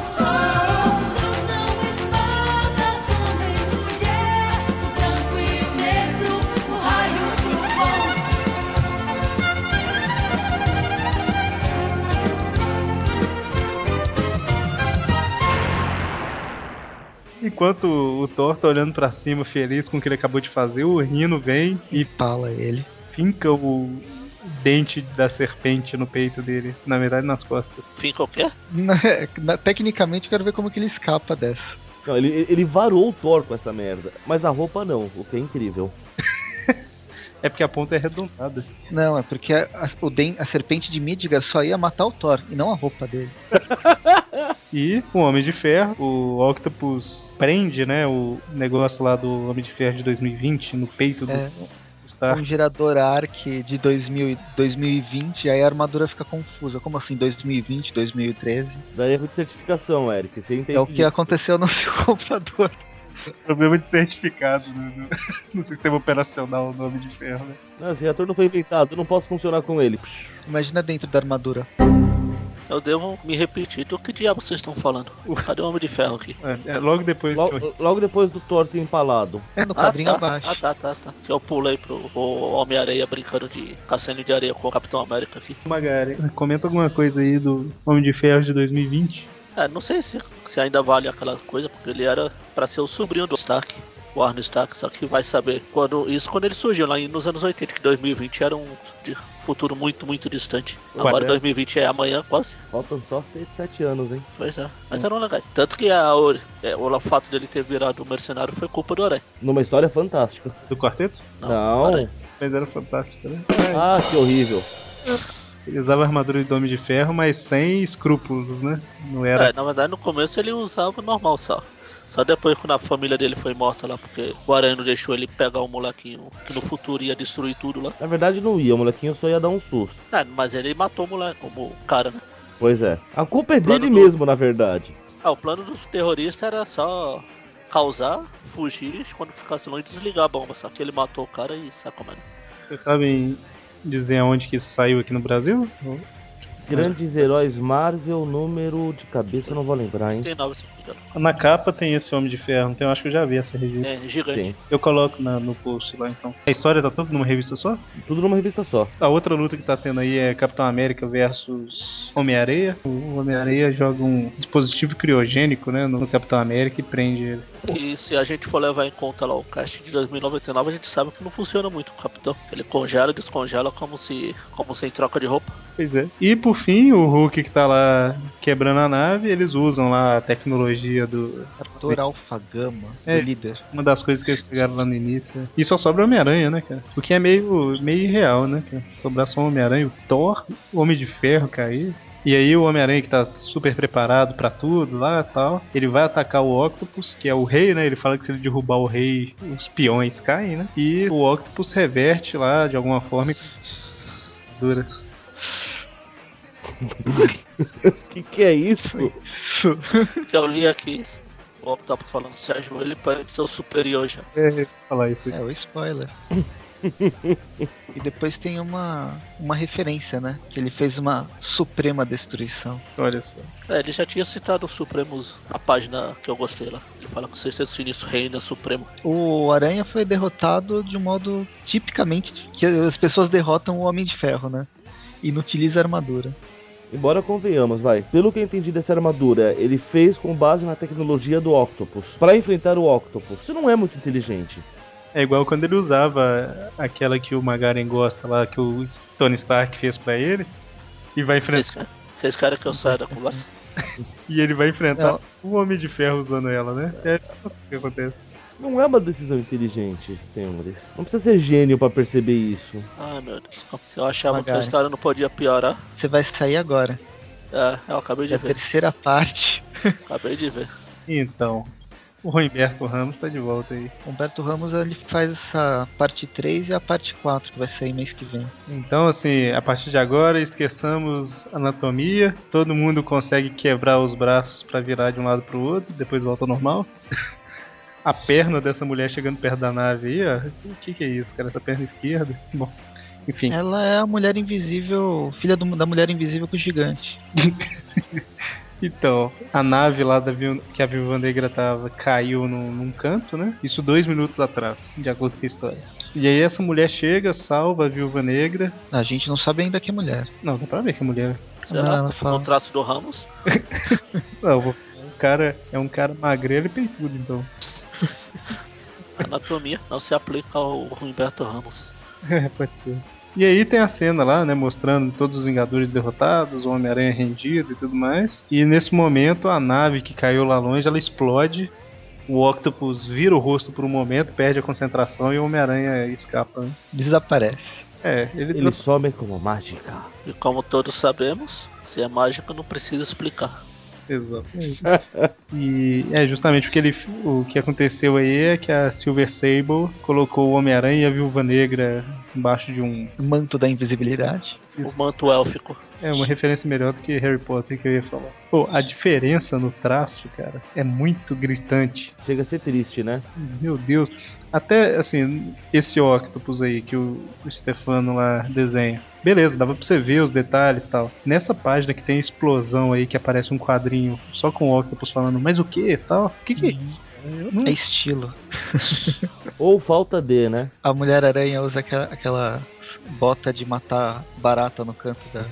Speaker 1: Enquanto o Thor tá olhando pra cima, feliz com o que ele acabou de fazer, o Rino vem e
Speaker 2: Fala ele.
Speaker 1: finca o dente da serpente no peito dele. Na verdade, nas costas.
Speaker 4: Fim qualquer?
Speaker 2: Na- [LAUGHS] na- tecnicamente, eu quero ver como que ele escapa dessa.
Speaker 3: Não, ele, ele varou o Thor com essa merda. Mas a roupa não, o que é incrível.
Speaker 1: É porque a ponta é arredondada.
Speaker 2: Não, é porque a, a- o Den- a serpente de Midgar só ia matar o Thor, e não a roupa dele.
Speaker 1: E o Homem de Ferro, o Octopus prende, né, o negócio lá do Homem de Ferro de 2020 no peito
Speaker 2: É,
Speaker 1: do Stark.
Speaker 2: um gerador ARC de 2000, e- 2020, aí a armadura fica confusa. Como assim 2020, 2013?
Speaker 3: Dá erro é de certificação, Eric. Você entende
Speaker 2: É o que
Speaker 3: disso.
Speaker 2: aconteceu no [LAUGHS] seu computador.
Speaker 1: Um Problema de certificado né, no, no sistema operacional do Homem de Ferro, né?
Speaker 3: Não, esse reator não foi inventado, eu não posso funcionar com ele. Psh,
Speaker 2: Imagina dentro da armadura.
Speaker 4: Eu devo me repetir do que diabo vocês estão falando. Cadê o Homem de Ferro aqui?
Speaker 1: É, é logo depois que o
Speaker 3: Logo, logo depois do Thor ser empalado.
Speaker 2: É no quadrinho
Speaker 4: tá,
Speaker 2: abaixo.
Speaker 4: Ah, tá, tá, tá. Que eu pulei pro o Homem-Areia brincando de cassino de areia com o Capitão América aqui.
Speaker 1: Magari, comenta alguma coisa aí do Homem de Ferro de 2020.
Speaker 4: É, não sei se, se ainda vale aquela coisa, porque ele era pra ser o sobrinho do Stark, o Arno Stark, só que vai saber quando. Isso quando ele surgiu lá em- nos anos 80, que 2020 era um de- futuro muito, muito distante. Agora
Speaker 1: Olha.
Speaker 4: 2020 é amanhã, quase.
Speaker 3: Faltam só 7, 7 anos, hein?
Speaker 4: Pois é. Mas eram legais. Tanto que a, o, é, o fato dele ter virado um mercenário foi culpa do Aranha.
Speaker 3: Numa história fantástica.
Speaker 1: Do quarteto?
Speaker 3: Não.
Speaker 4: Aranha.
Speaker 1: Mas era fantástico, né?
Speaker 3: Ah, que horrível.
Speaker 1: Ele usava a armadura do Homem de Ferro, mas sem escrúpulos, né? Não era.
Speaker 4: É, na verdade, no começo ele usava normal só. Só depois quando a família dele foi morta lá, porque o Aranha não deixou ele pegar o molequinho, que no futuro ia destruir tudo lá.
Speaker 3: Na verdade não ia, o molequinho só ia dar um susto.
Speaker 4: É, mas ele matou o moleque, como o cara, né?
Speaker 3: Pois é. A culpa é dele
Speaker 4: Plano do-
Speaker 3: mesmo, na verdade.
Speaker 4: Ah, o plano dos terroristas era só causar, fugir, quando ficasse longe, desligar a bomba. Só que ele matou o cara e sabe como é. né?
Speaker 1: Vocês sabem dizer aonde que isso saiu aqui no Brasil?
Speaker 3: Grandes heróis Marvel, número de cabeça, eu não vou lembrar, hein?
Speaker 4: Tem nove, se não me engano.
Speaker 1: Na capa tem esse Homem de Ferro, então eu acho que eu já vi essa revista.
Speaker 4: É, gigante.
Speaker 3: Sim.
Speaker 1: Eu coloco na- no post lá então. A história tá toda numa revista só?
Speaker 3: Tudo numa revista só.
Speaker 1: A outra luta que tá tendo aí é Capitão América versus Homem-Areia. O Homem-Areia joga um dispositivo criogênico, né, no Capitão América e prende ele.
Speaker 4: E se a gente for levar em conta lá o cast de 2099, a gente sabe que não funciona muito o Capitão. Ele congela e descongela como se como sem troca
Speaker 3: [LAUGHS]
Speaker 4: de roupa.
Speaker 1: Pois é. E por fim, o Hulk que tá lá quebrando a nave, eles usam lá a tecnologia do.
Speaker 2: Arthur Alfagama,
Speaker 1: É.
Speaker 2: o líder.
Speaker 1: Uma das coisas que eles pegaram lá no início. E só sobra o Homem-Aranha, né, cara? O que é meio, meio irreal, né, cara? Sobrar só o Homem-Aranha, o Thor, o Homem de Ferro cair. E aí o Homem-Aranha que tá super preparado pra tudo lá e tal, ele vai atacar o Octopus, que é o rei, né? Ele fala que se ele derrubar o rei, os peões caem, né? E o Octopus reverte lá de alguma forma e dura.
Speaker 3: Que que é isso?
Speaker 4: Eu li aqui é o Octopus falando se ajoelha para ele ser o superior já.
Speaker 1: É, falar isso.
Speaker 2: É, o spoiler. e depois tem uma, uma referência, né? Que ele fez uma suprema destruição.
Speaker 1: Olha só.
Speaker 4: É, ele já tinha citado o Supremo na página que eu gostei lá. Ele fala que o sexteto sinistro reina supremo.
Speaker 2: O Aranha foi derrotado de um modo tipicamente que as pessoas derrotam o Homem de Ferro, né? Inutiliza a armadura.
Speaker 3: Embora convenhamos, vai. Pelo que eu entendi dessa armadura, ele fez com base na tecnologia do Octopus. Pra enfrentar o Octopus. Isso não é muito inteligente.
Speaker 1: É igual quando ele usava aquela que o Magaren gosta lá, que o Tony Stark fez pra ele, e vai enfrentar.
Speaker 4: Vocês, ca- vocês querem que eu saia da conversa?
Speaker 1: E ele vai enfrentar
Speaker 2: Ela-
Speaker 1: o Homem de Ferro usando ela, né? É o que acontece.
Speaker 3: Não é uma decisão inteligente, senhores. Não precisa ser gênio pra perceber isso.
Speaker 4: Ah, meu Deus. Se eu achava que a
Speaker 2: Magari.
Speaker 4: história não podia piorar,
Speaker 2: Você vai sair agora.
Speaker 4: é, eu acabei
Speaker 2: É
Speaker 4: de
Speaker 2: a
Speaker 4: ver.
Speaker 2: terceira parte.
Speaker 4: Acabei de ver.
Speaker 1: Então, o Roberto Ramos tá de volta aí.
Speaker 2: Humberto Ramos ele faz essa parte 3 e a parte 4 que vai sair mês que vem.
Speaker 1: Então, assim, a partir de agora, esqueçamos anatomia. Todo mundo consegue quebrar os braços pra virar de um lado pro outro, depois volta ao normal. [LAUGHS] A perna dessa mulher chegando perto da nave aí, ó. O que, que é isso, cara? Essa perna esquerda? Bom, enfim.
Speaker 2: Ela é a mulher invisível, filha do- da mulher invisível com o gigante.
Speaker 1: Então, a nave lá da Viu- que a Viúva Negra tava caiu num, num canto, né? Isso dois minutos atrás, de acordo com a história. E aí essa mulher chega, salva a Viúva Negra.
Speaker 2: A gente não sabe ainda que é mulher.
Speaker 1: Não, dá pra ver que a mulher
Speaker 4: Sei
Speaker 2: Ela-
Speaker 4: lá,
Speaker 2: ela
Speaker 4: o
Speaker 2: fala-
Speaker 4: contrato do Ramos.
Speaker 1: Não, vou- o cara é um cara magrelo e peitudo, então. [LAUGHS]
Speaker 4: Anatomia não se aplica ao Humberto Ramos.
Speaker 1: É, pode ser. E aí tem a cena lá, né, mostrando todos os Vingadores derrotados, o Homem-Aranha rendido e tudo mais. E nesse momento a nave que caiu lá longe, ela explode. O Octopus vira o rosto por um momento, perde a concentração e o Homem-Aranha escapa. né?
Speaker 2: Desaparece.
Speaker 1: É, ele,
Speaker 3: Ele some como mágica.
Speaker 4: E como todos sabemos, se é mágico não precisa explicar.
Speaker 1: Exatamente. e é justamente o que, ele, o que aconteceu aí é que a Silver Sable colocou o Homem-Aranha e a Viúva Negra embaixo de um
Speaker 2: Manto da invisibilidade.
Speaker 4: O manto élfico.
Speaker 1: É uma referência melhor do que Harry Potter que eu ia falar. Pô, a diferença no traço, cara, é muito gritante.
Speaker 3: Chega a ser triste, né?
Speaker 1: Meu Deus. Até, assim, esse octopus aí que o, o Stefano lá desenha. Beleza, dava pra você ver os detalhes e tal. Nessa página que tem a explosão aí, que aparece um quadrinho só com o octopus falando, mas o que e tal? O que que é isso? Eu
Speaker 3: Hum.
Speaker 1: não-
Speaker 2: É estilo.
Speaker 3: Ou falta de, né?
Speaker 2: A mulher aranha usa aquela, aquela bota de matar barata no canto da.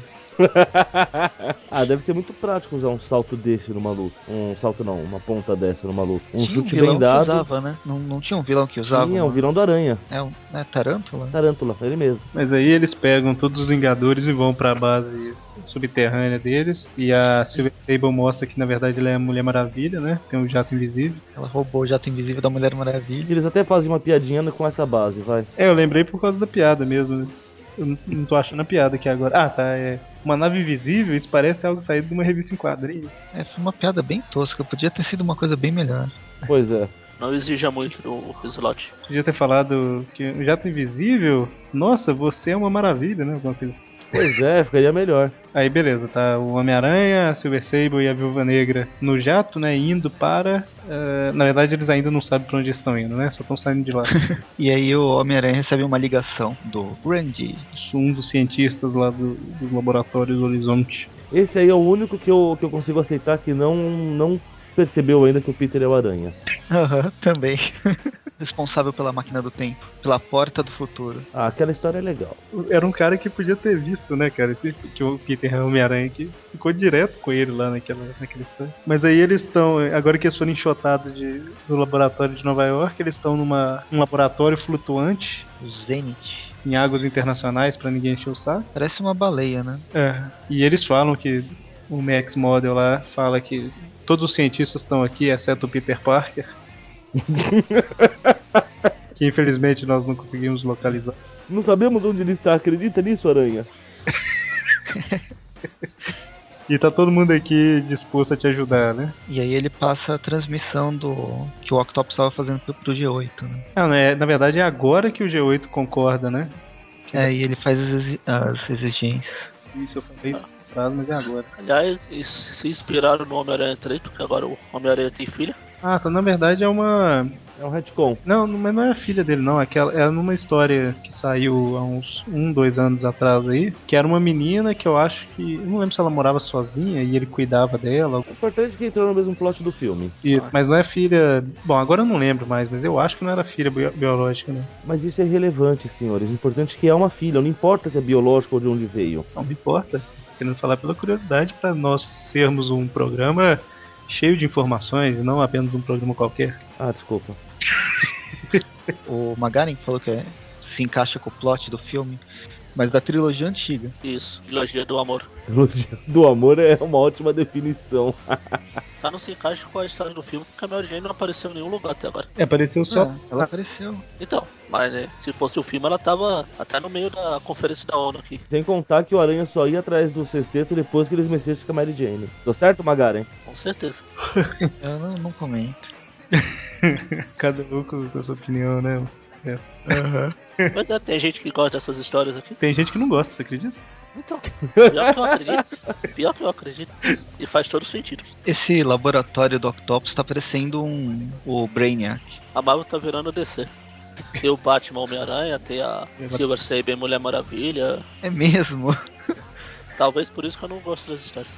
Speaker 3: ah, deve ser muito prático usar um salto desse numa luta. Um salto não, uma ponta dessa numa luta. Um
Speaker 2: Tinha
Speaker 3: chute
Speaker 2: vilão
Speaker 3: bem
Speaker 2: que
Speaker 3: dado.
Speaker 2: Usava, né? não, não tinha um vilão que usava.
Speaker 3: Sim, é um
Speaker 2: mano?
Speaker 3: vilão do aranha.
Speaker 2: É um é tarântula?
Speaker 3: Tarântula, ele mesmo.
Speaker 1: Mas aí eles pegam todos os Vingadores e vão pra base subterrânea deles. E a Silver Sable mostra que na verdade ela é a Mulher Maravilha, né? Tem um jato invisível.
Speaker 2: Ela roubou o jato invisível da Mulher Maravilha.
Speaker 3: Eles até fazem uma piadinha com essa base, vai.
Speaker 1: É, eu lembrei por causa da piada mesmo. né? Eu n- não tô achando a piada aqui agora. Ah, tá. É uma nave invisível, isso parece algo saído de uma revista em quadrinhos.
Speaker 2: Essa é uma piada bem tosca, podia ter sido uma coisa bem melhor.
Speaker 3: Pois é.
Speaker 4: Não exija muito do slot.
Speaker 1: Podia ter falado que um jato invisível, nossa, você é uma maravilha, né? Alguma coisa.
Speaker 3: Pois é, ficaria melhor.
Speaker 1: Aí beleza, tá o Homem-Aranha, a Silver Sable e a Viúva Negra no jato, né? Indo para. eh, na verdade, eles ainda não sabem pra onde estão indo, né? Só estão saindo de lá.
Speaker 2: E aí o Homem-Aranha recebe uma ligação do Randy.
Speaker 1: Um dos cientistas lá do- dos laboratórios Horizonte.
Speaker 3: Esse aí é o único que eu, que eu consigo aceitar que não, não percebeu ainda que o Peter é o aranha.
Speaker 2: Aham, também. Responsável pela máquina do tempo, pela porta do futuro.
Speaker 3: Ah, aquela história é legal.
Speaker 1: Era um cara que podia ter visto, né, cara? Esse- Que o Peter é o Homem-Aranha que ficou direto com ele lá naquela, naquele stand. Mas aí eles estão, agora que eles foram enxotados de, do laboratório de Nova York, eles estão numa um laboratório flutuante
Speaker 2: O Zenith.
Speaker 1: em águas internacionais pra ninguém encher o saco.
Speaker 2: Parece uma baleia, né?
Speaker 1: É, e eles falam que o Max Model lá fala que todos os cientistas estão aqui, exceto o Peter Parker. que infelizmente nós não conseguimos localizar.
Speaker 3: Não sabemos onde ele está, acredita nisso, aranha?
Speaker 1: E tá todo mundo aqui disposto a te ajudar, né?
Speaker 2: E aí ele passa a transmissão do que o Octopus estava fazendo pro, pro G8, né?
Speaker 1: Não, né, na verdade é agora que o G8 concorda, né?
Speaker 2: É, e ele faz as, exi- as exigências.
Speaker 1: Isso eu falei isso atrás, mas é agora.
Speaker 4: Aliás, e se se inspiraram no Homem-Aranha 3, porque agora o Homem-Aranha tem filha.
Speaker 1: Ah, tá, na verdade é uma.
Speaker 3: É um retcon.
Speaker 1: Não, não- mas não é a filha dele, não. Aquela, era numa história que saiu há uns um, dois anos atrás aí, que era uma menina que eu acho que. eu Não lembro se ela morava sozinha e ele cuidava dela.
Speaker 3: O importante é que entrou no mesmo plot do filme.
Speaker 1: Isso, mas não é filha. Bom, agora eu não lembro mais, mas eu acho que não era filha bio- biológica, né?
Speaker 3: Mas isso é irrelevante, senhores. O importante é que é uma filha, não importa se é biológico ou de onde veio.
Speaker 1: Não me importa. Tô Querendo falar pela curiosidade, pra nós sermos um
Speaker 3: [LAUGHS]
Speaker 1: programa cheio de informações e não apenas um programa qualquer.
Speaker 3: Ah, desculpa.
Speaker 2: O Magarin falou que é- se encaixa com o plot do filme, mas da trilogia antiga.
Speaker 4: Isso, trilogia do amor.
Speaker 3: Trilogia do amor é uma ótima definição.
Speaker 4: Só não se encaixa com a história do filme, porque a Mary Jane não apareceu em nenhum lugar até agora.
Speaker 1: É, apareceu só.
Speaker 2: Ah, ela apareceu.
Speaker 4: Então, mas né, se fosse o filme, ela tava até no meio da conferência da ONU aqui.
Speaker 3: Sem contar que o Aranha só ia atrás do sexteto depois que eles mexessem com a Mary Jane. Tô certo, Magaren?
Speaker 4: Com certeza.
Speaker 2: Eu não, não comento.
Speaker 1: Cada um com com a sua opinião, né? É.
Speaker 4: Mas é, tem gente que gosta dessas histórias aqui.
Speaker 1: Tem gente que não gosta, você acredita?
Speaker 4: Então, pior que eu acredito. Pior que eu acredito. E faz todo sentido.
Speaker 2: Esse laboratório do Octopus tá parecendo um. o Brainiac.
Speaker 4: A Marvel tá virando DC. Tem o Batman Homem-Aranha, tem a Silver Saber Mulher Maravilha.
Speaker 2: É mesmo?
Speaker 4: Talvez por isso que eu não gosto das histórias.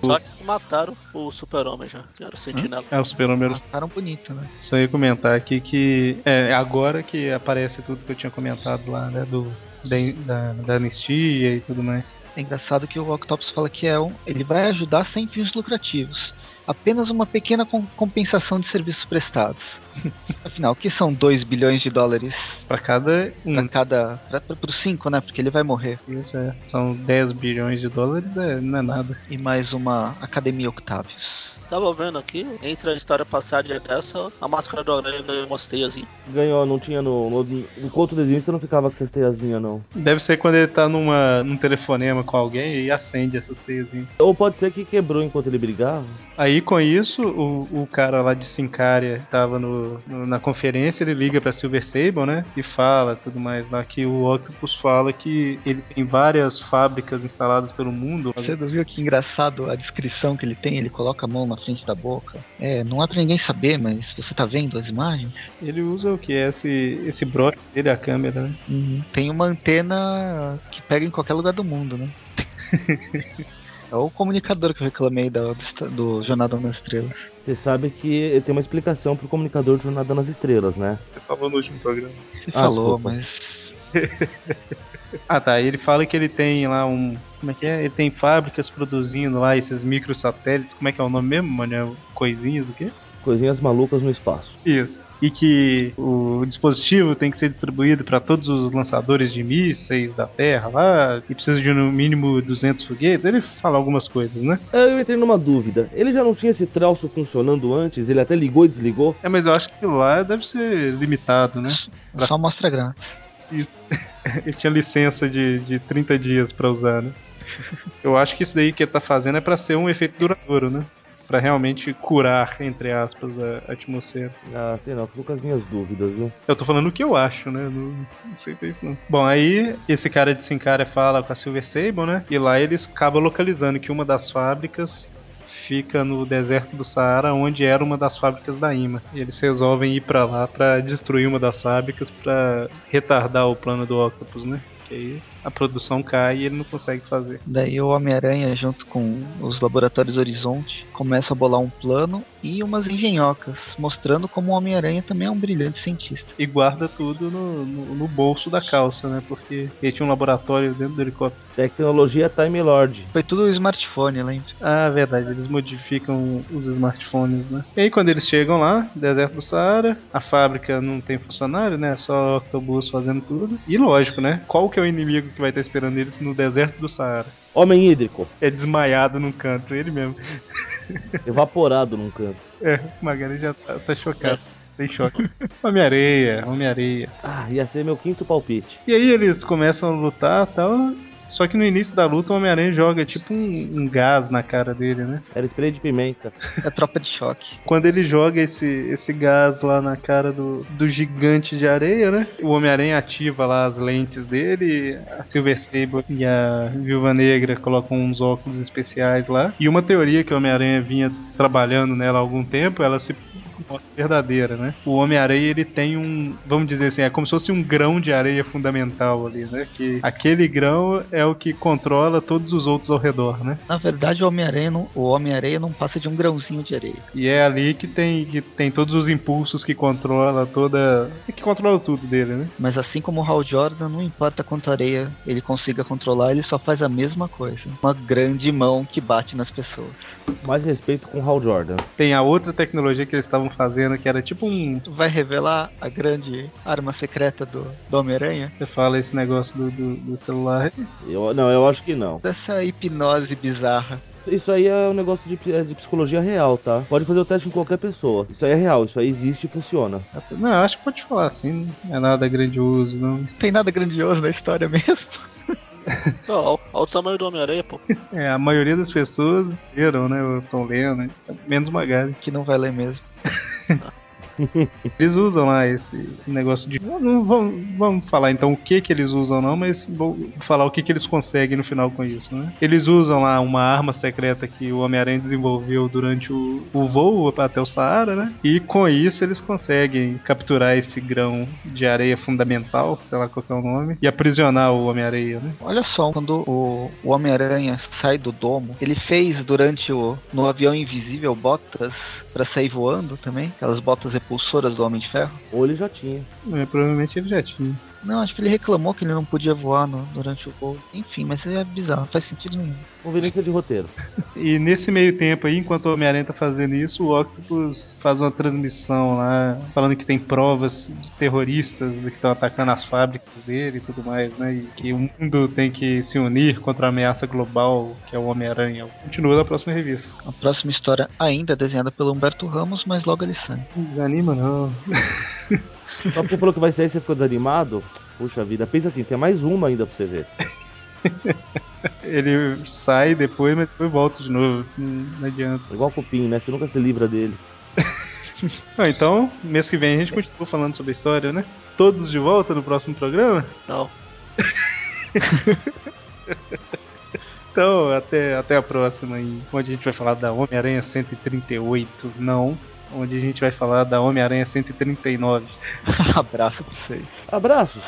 Speaker 4: Só que mataram o Super-Homem já, que era o Sentinela.
Speaker 1: É, o super-homem era
Speaker 2: Ficaram bonito, né?
Speaker 1: Só ia comentar aqui que é, agora que aparece tudo que eu tinha comentado lá, né? Do, da, da, da anistia e tudo mais.
Speaker 2: É engraçado que o Octopus fala que é um, ele vai ajudar sem fins lucrativos. Apenas uma pequena com- compensação de serviços prestados. [LAUGHS] Afinal, o que são 2 bilhões de dólares
Speaker 1: Pra cada
Speaker 2: pra
Speaker 1: um.
Speaker 2: cada. Pra, pra, pro 5, né? Porque ele vai morrer.
Speaker 1: Isso é. São 10 bilhões de dólares, é, não é nada.
Speaker 2: E mais uma Academia Octavius.
Speaker 4: Tava vendo aqui, entre a história passada e dessa, a máscara do Aranha ganhou umas teiazinhas.
Speaker 3: Ganhou, não tinha no. no enquanto desenhista não ficava com essas teiazinhas, não.
Speaker 1: Deve ser quando ele tá numa, num telefonema com alguém e acende essas teiazinhas.
Speaker 3: Ou pode ser que quebrou enquanto ele brigava.
Speaker 1: Aí com isso, o, o cara lá de Sincária que tava no, no- na conferência, ele liga pra Silver Sable, né? E fala tudo mais lá que o Octopus fala que ele tem várias fábricas instaladas pelo mundo.
Speaker 2: Você não viu que engraçado a descrição que ele tem? Ele coloca a mão na frente da boca. É, não é pra ninguém saber, mas você tá vendo as imagens?
Speaker 1: Ele usa o que? Esse, esse broche dele, a câmera, né?
Speaker 3: Uhum.
Speaker 2: Tem uma antena que pega em qualquer lugar do mundo,
Speaker 3: [LAUGHS]
Speaker 2: né? É o comunicador que eu reclamei da- do, esta- do Jornadão das Estrelas.
Speaker 3: Você sabe que tem uma explicação pro comunicador do Jornada nas Estrelas, né?
Speaker 1: Você falou no último programa.
Speaker 2: Você
Speaker 3: Ah,
Speaker 2: falou,
Speaker 3: desculpa.
Speaker 2: mas.
Speaker 1: Ah tá, ele fala que ele tem lá um. Como é que é? Ele tem fábricas produzindo lá esses microsatélites. Como é que é o nome mesmo, mano? É Coisinhas do quê?
Speaker 3: Coisinhas malucas no espaço.
Speaker 1: Isso. E que o dispositivo tem que ser distribuído para todos os lançadores de mísseis da Terra lá, e precisa de no mínimo 200 foguetes. Ele fala algumas coisas, né?
Speaker 3: Eu entrei numa dúvida. Ele já não tinha esse trelço funcionando antes? Ele até ligou e desligou?
Speaker 1: É, mas eu acho que lá deve ser limitado, né?
Speaker 2: Só mostra grátis.
Speaker 1: Isso. [LAUGHS] Ele tinha licença de, de 30 dias pra usar, né? Eu acho que isso daí que ele tá fazendo é pra ser um efeito duradouro, né? Pra realmente curar, entre aspas, a atmosfera.
Speaker 3: Ah, sei não, fico com as minhas dúvidas, viu?
Speaker 1: Eu tô falando o que eu acho, né? Não, não sei se é isso não. Bom, aí esse cara de Sincara fala com a Silver Sable, né? E lá eles acabam localizando que uma das fábricas fica no deserto do Saara, onde era uma das fábricas da IMA. E eles resolvem ir pra lá pra destruir uma das fábricas pra retardar o plano do Octopus, né? Que aí a produção cai e ele não consegue fazer.
Speaker 2: Daí o Homem-Aranha, junto com os laboratórios Horizonte, começa a bolar um plano e umas engenhocas, mostrando como o Homem-Aranha também é um brilhante cientista.
Speaker 1: E guarda tudo no, no- no bolso da calça, né? Porque ele tinha um laboratório dentro do helicóptero.
Speaker 3: Tecnologia Time Lord.
Speaker 2: Foi tudo o smartphone, lembra?
Speaker 1: Ah, verdade, eles modificam os smartphones, né? E aí quando eles chegam lá, deserto do Saara, a fábrica não tem funcionário, né? Só Octobus fazendo tudo. E lógico, né? Qual que é o inimigo que vai estar esperando eles no deserto do Saara?
Speaker 3: Homem hídrico, [LAUGHS]
Speaker 1: É desmaiado num canto, ele mesmo.
Speaker 3: evaporado num canto.
Speaker 1: É, o Magali já tá, tá chocado. Tem choque. Homem-Areia, Homem-Areia.
Speaker 3: Ah, ia ser meu quinto palpite.
Speaker 1: E aí eles começam a lutar e tal. Só que no início da luta o Homem-Aranha joga tipo um- um gás na cara dele, né?
Speaker 3: Era spray de pimenta.
Speaker 2: É a tropa de choque.
Speaker 1: Quando ele joga esse, esse gás lá na cara do, do gigante de areia, né? O Homem-Aranha ativa lá as lentes dele, a Silver Sable e a Viúva Negra colocam uns óculos especiais lá. E uma teoria que o Homem-Aranha vinha trabalhando nela há algum tempo, ela se mostra verdadeira, né? O Homem-Aranha ele tem um, vamos dizer assim, é como se fosse um grão de areia fundamental ali, né? Que aquele grão é o que controla todos os outros ao redor, né?
Speaker 2: Na verdade, o Homem-Aranha não, o Homem-Aranha não passa de um grãozinho de areia.
Speaker 1: E é ali que tem, que tem todos os impulsos que controla toda. é que controla tudo dele, né?
Speaker 2: Mas assim como o Hal Jordan, não importa quanto areia ele consiga controlar, ele só faz a mesma coisa. Uma grande mão que bate nas pessoas.
Speaker 3: Mais respeito com o Hal Jordan.
Speaker 1: Tem a outra tecnologia que eles estavam fazendo, que era tipo um.
Speaker 2: Vai revelar a grande arma secreta do, do Homem-Aranha?
Speaker 1: Você fala esse negócio do, do, do celular.
Speaker 3: Eu, não, eu acho que não.
Speaker 2: Dessa hipnose bizarra.
Speaker 3: Isso aí é um negócio de, é de psicologia real, tá? Pode fazer o teste em qualquer pessoa. Isso aí é real, isso aí existe e funciona.
Speaker 1: Não, acho que pode falar assim, não é nada grandioso, não.
Speaker 2: Não tem nada grandioso na história [LAUGHS] mesmo.
Speaker 4: Ó, ó, ó o tamanho do Homem-Aranha, pô.
Speaker 1: É, a maioria das pessoas viram, né? Estão lendo, né? menos o Magali.
Speaker 2: Que não vai ler mesmo.
Speaker 1: Eles usam lá esse negócio de. Não, não vamos, vamos falar então o que que eles usam, não, mas vou falar o que que eles conseguem no final com isso, né? Eles usam lá uma arma secreta que o Homem-Aranha desenvolveu durante o, o voo até o Saara, né? E com isso eles conseguem capturar esse grão de areia fundamental, sei lá qual que é o nome, e aprisionar o Homem-Areia, né?
Speaker 2: Olha só, quando o, o Homem-Aranha sai do domo, ele fez durante o. no avião invisível botas para sair voando também, aquelas botas repulsoras do Homem de Ferro.
Speaker 3: Ou ele já tinha.
Speaker 1: É, provavelmente ele já tinha.
Speaker 2: Não, acho que ele reclamou que ele não podia voar no- durante o voo. Enfim, mas é bizarro, não faz sentido nenhum.
Speaker 3: Conveniência é de roteiro.
Speaker 1: E nesse meio tempo aí, enquanto o Homem-Aranha tá fazendo isso, o Octopus faz uma transmissão lá, falando que tem provas de terroristas que estão atacando as fábricas dele e tudo mais, né? E que o mundo tem que se unir contra a ameaça global que é o Homem-Aranha. Continua na próxima revista.
Speaker 2: A próxima história ainda é desenhada pelo Humberto Ramos, mas logo ele sai.
Speaker 1: Não desanima não.
Speaker 3: Só porque falou que vai sair e você ficou desanimado? Puxa vida, pensa assim, tem mais uma ainda pra você ver.
Speaker 1: Ele sai depois, mas depois volta de novo. Não não adianta.
Speaker 3: Igual cupim, né? Você nunca se livra dele.
Speaker 1: Ah, então, mês que vem a gente continua falando sobre a história, né? Todos de volta no próximo programa?
Speaker 4: Não.
Speaker 1: Então, até, até a próxima aí, onde a gente vai falar da Homem-Aranha 138, não, onde a gente vai falar da Homem-Aranha 139.
Speaker 2: [LAUGHS] Abraço pra vocês.
Speaker 3: Abraços!